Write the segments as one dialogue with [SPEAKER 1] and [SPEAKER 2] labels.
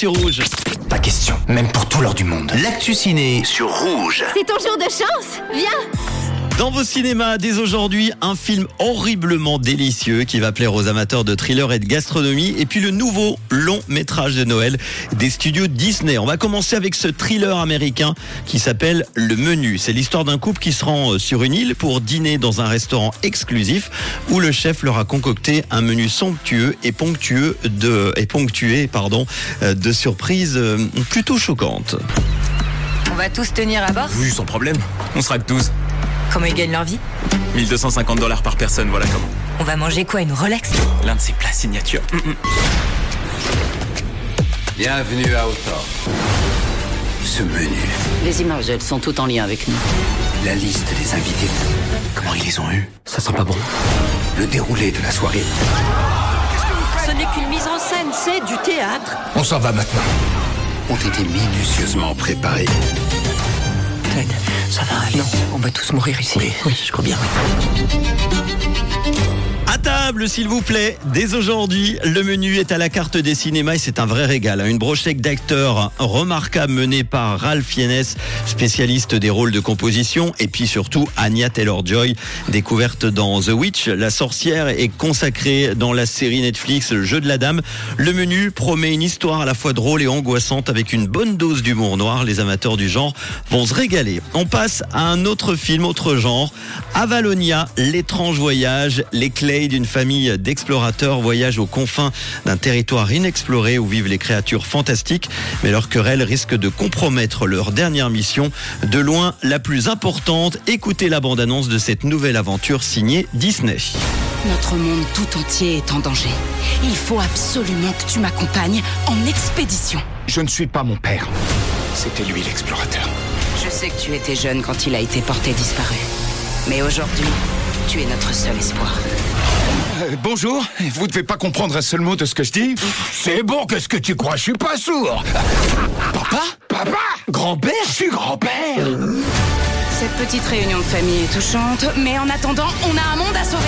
[SPEAKER 1] sur Rouge.
[SPEAKER 2] Pas question, même pour tout l'or du monde.
[SPEAKER 3] L'actu ciné sur Rouge.
[SPEAKER 4] C'est ton jour de chance Viens
[SPEAKER 1] Dans vos cinémas, dès aujourd'hui, un film horriblement délicieux qui va plaire aux amateurs de thrillers et de gastronomie. Et puis le nouveau long métrage de Noël des studios Disney. On va commencer avec ce thriller américain qui s'appelle Le Menu. C'est l'histoire d'un couple qui se rend euh, sur une île pour dîner dans un restaurant exclusif où le chef leur a concocté un menu somptueux et ponctueux de, et ponctué, pardon, euh, de surprises euh, plutôt choquantes.
[SPEAKER 5] On va tous tenir à bord
[SPEAKER 6] Oui, sans problème. On sera que 12.
[SPEAKER 5] Comment ils gagnent leur vie
[SPEAKER 6] 1250 dollars par personne, voilà comment.
[SPEAKER 5] On va manger quoi Une Rolex
[SPEAKER 6] L'un de ses plats signature. Mm, mm.
[SPEAKER 3] Bienvenue à Autor. Ce menu,
[SPEAKER 7] Les images, elles sont toutes en lien avec nous.
[SPEAKER 3] la liste des invités,
[SPEAKER 6] Comment ils les ont eus
[SPEAKER 7] Ça sera pas bon.
[SPEAKER 3] le déroulé de la soirée.
[SPEAKER 8] Ce n'est qu'une mise en scène, c'est du théâtre.
[SPEAKER 3] On s'en va maintenant. Ont été minutieusement préparés.
[SPEAKER 5] Ted, ça va Non, on va tous mourir ici. Oui, je crois bien.
[SPEAKER 1] À table, s'il vous plaît. Dès aujourd'hui, le menu est à la carte des cinémas et c'est un vrai régal. hein. Une brochette d'acteurs remarquables menée par Ralph Fiennes, spécialiste des rôles de composition, et puis surtout Anya Taylor-Joy, découverte dans The Witch, la sorcière, est consacrée dans la série Netflix Le Jeu de la Dame. Le menu promet une histoire à la fois drôle et angoissante avec une bonne dose d'humour noir. Les amateurs du genre vont se régaler. On passe à un autre film, autre genre. Avalonia, l'étrange voyage, les clés d'une famille d'explorateurs voyage aux confins d'un territoire inexploré où vivent les créatures fantastiques. Mais leur querelle risque de compromettre leur dernière mission, de loin la plus importante. Écoutez la bande-annonce de cette nouvelle aventure signée Disney.
[SPEAKER 9] Notre monde tout entier est en danger. Il faut absolument que tu m'accompagnes en expédition.
[SPEAKER 2] Je ne suis pas mon père. C'était lui l'explorateur.
[SPEAKER 9] Je sais que tu étais jeune quand il a été porté disparu. Mais aujourd'hui, tu es notre seul espoir.
[SPEAKER 2] Euh, bonjour, vous devez pas comprendre un seul mot de ce que je dis.
[SPEAKER 3] C'est bon, qu'est-ce que tu crois Je suis pas sourd.
[SPEAKER 2] Papa Papa Grand-père
[SPEAKER 3] Je suis grand-père.
[SPEAKER 9] Cette petite réunion de famille est touchante, mais en attendant, on a un monde à sauver.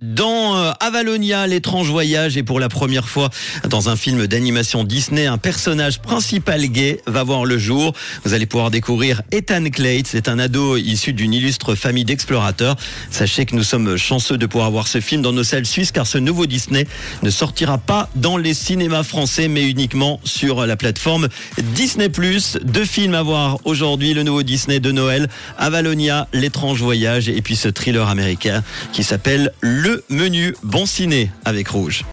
[SPEAKER 1] Dans euh, Avalonia, l'étrange voyage, et pour la première fois dans un film d'animation Disney, un personnage principal gay va voir le jour. Vous allez pouvoir découvrir Ethan Clate. C'est un ado issu d'une illustre famille d'explorateurs. Sachez que nous sommes chanceux de pouvoir voir ce film dans nos salles suisses, car ce nouveau Disney ne sortira pas dans les cinémas français, mais uniquement sur la plateforme Disney+. Deux films à voir aujourd'hui, le nouveau Disney de Noël, Avalonia, l'étrange voyage, et puis ce thriller américain qui s'appelle Le Menu. Bon ciné avec Rouge.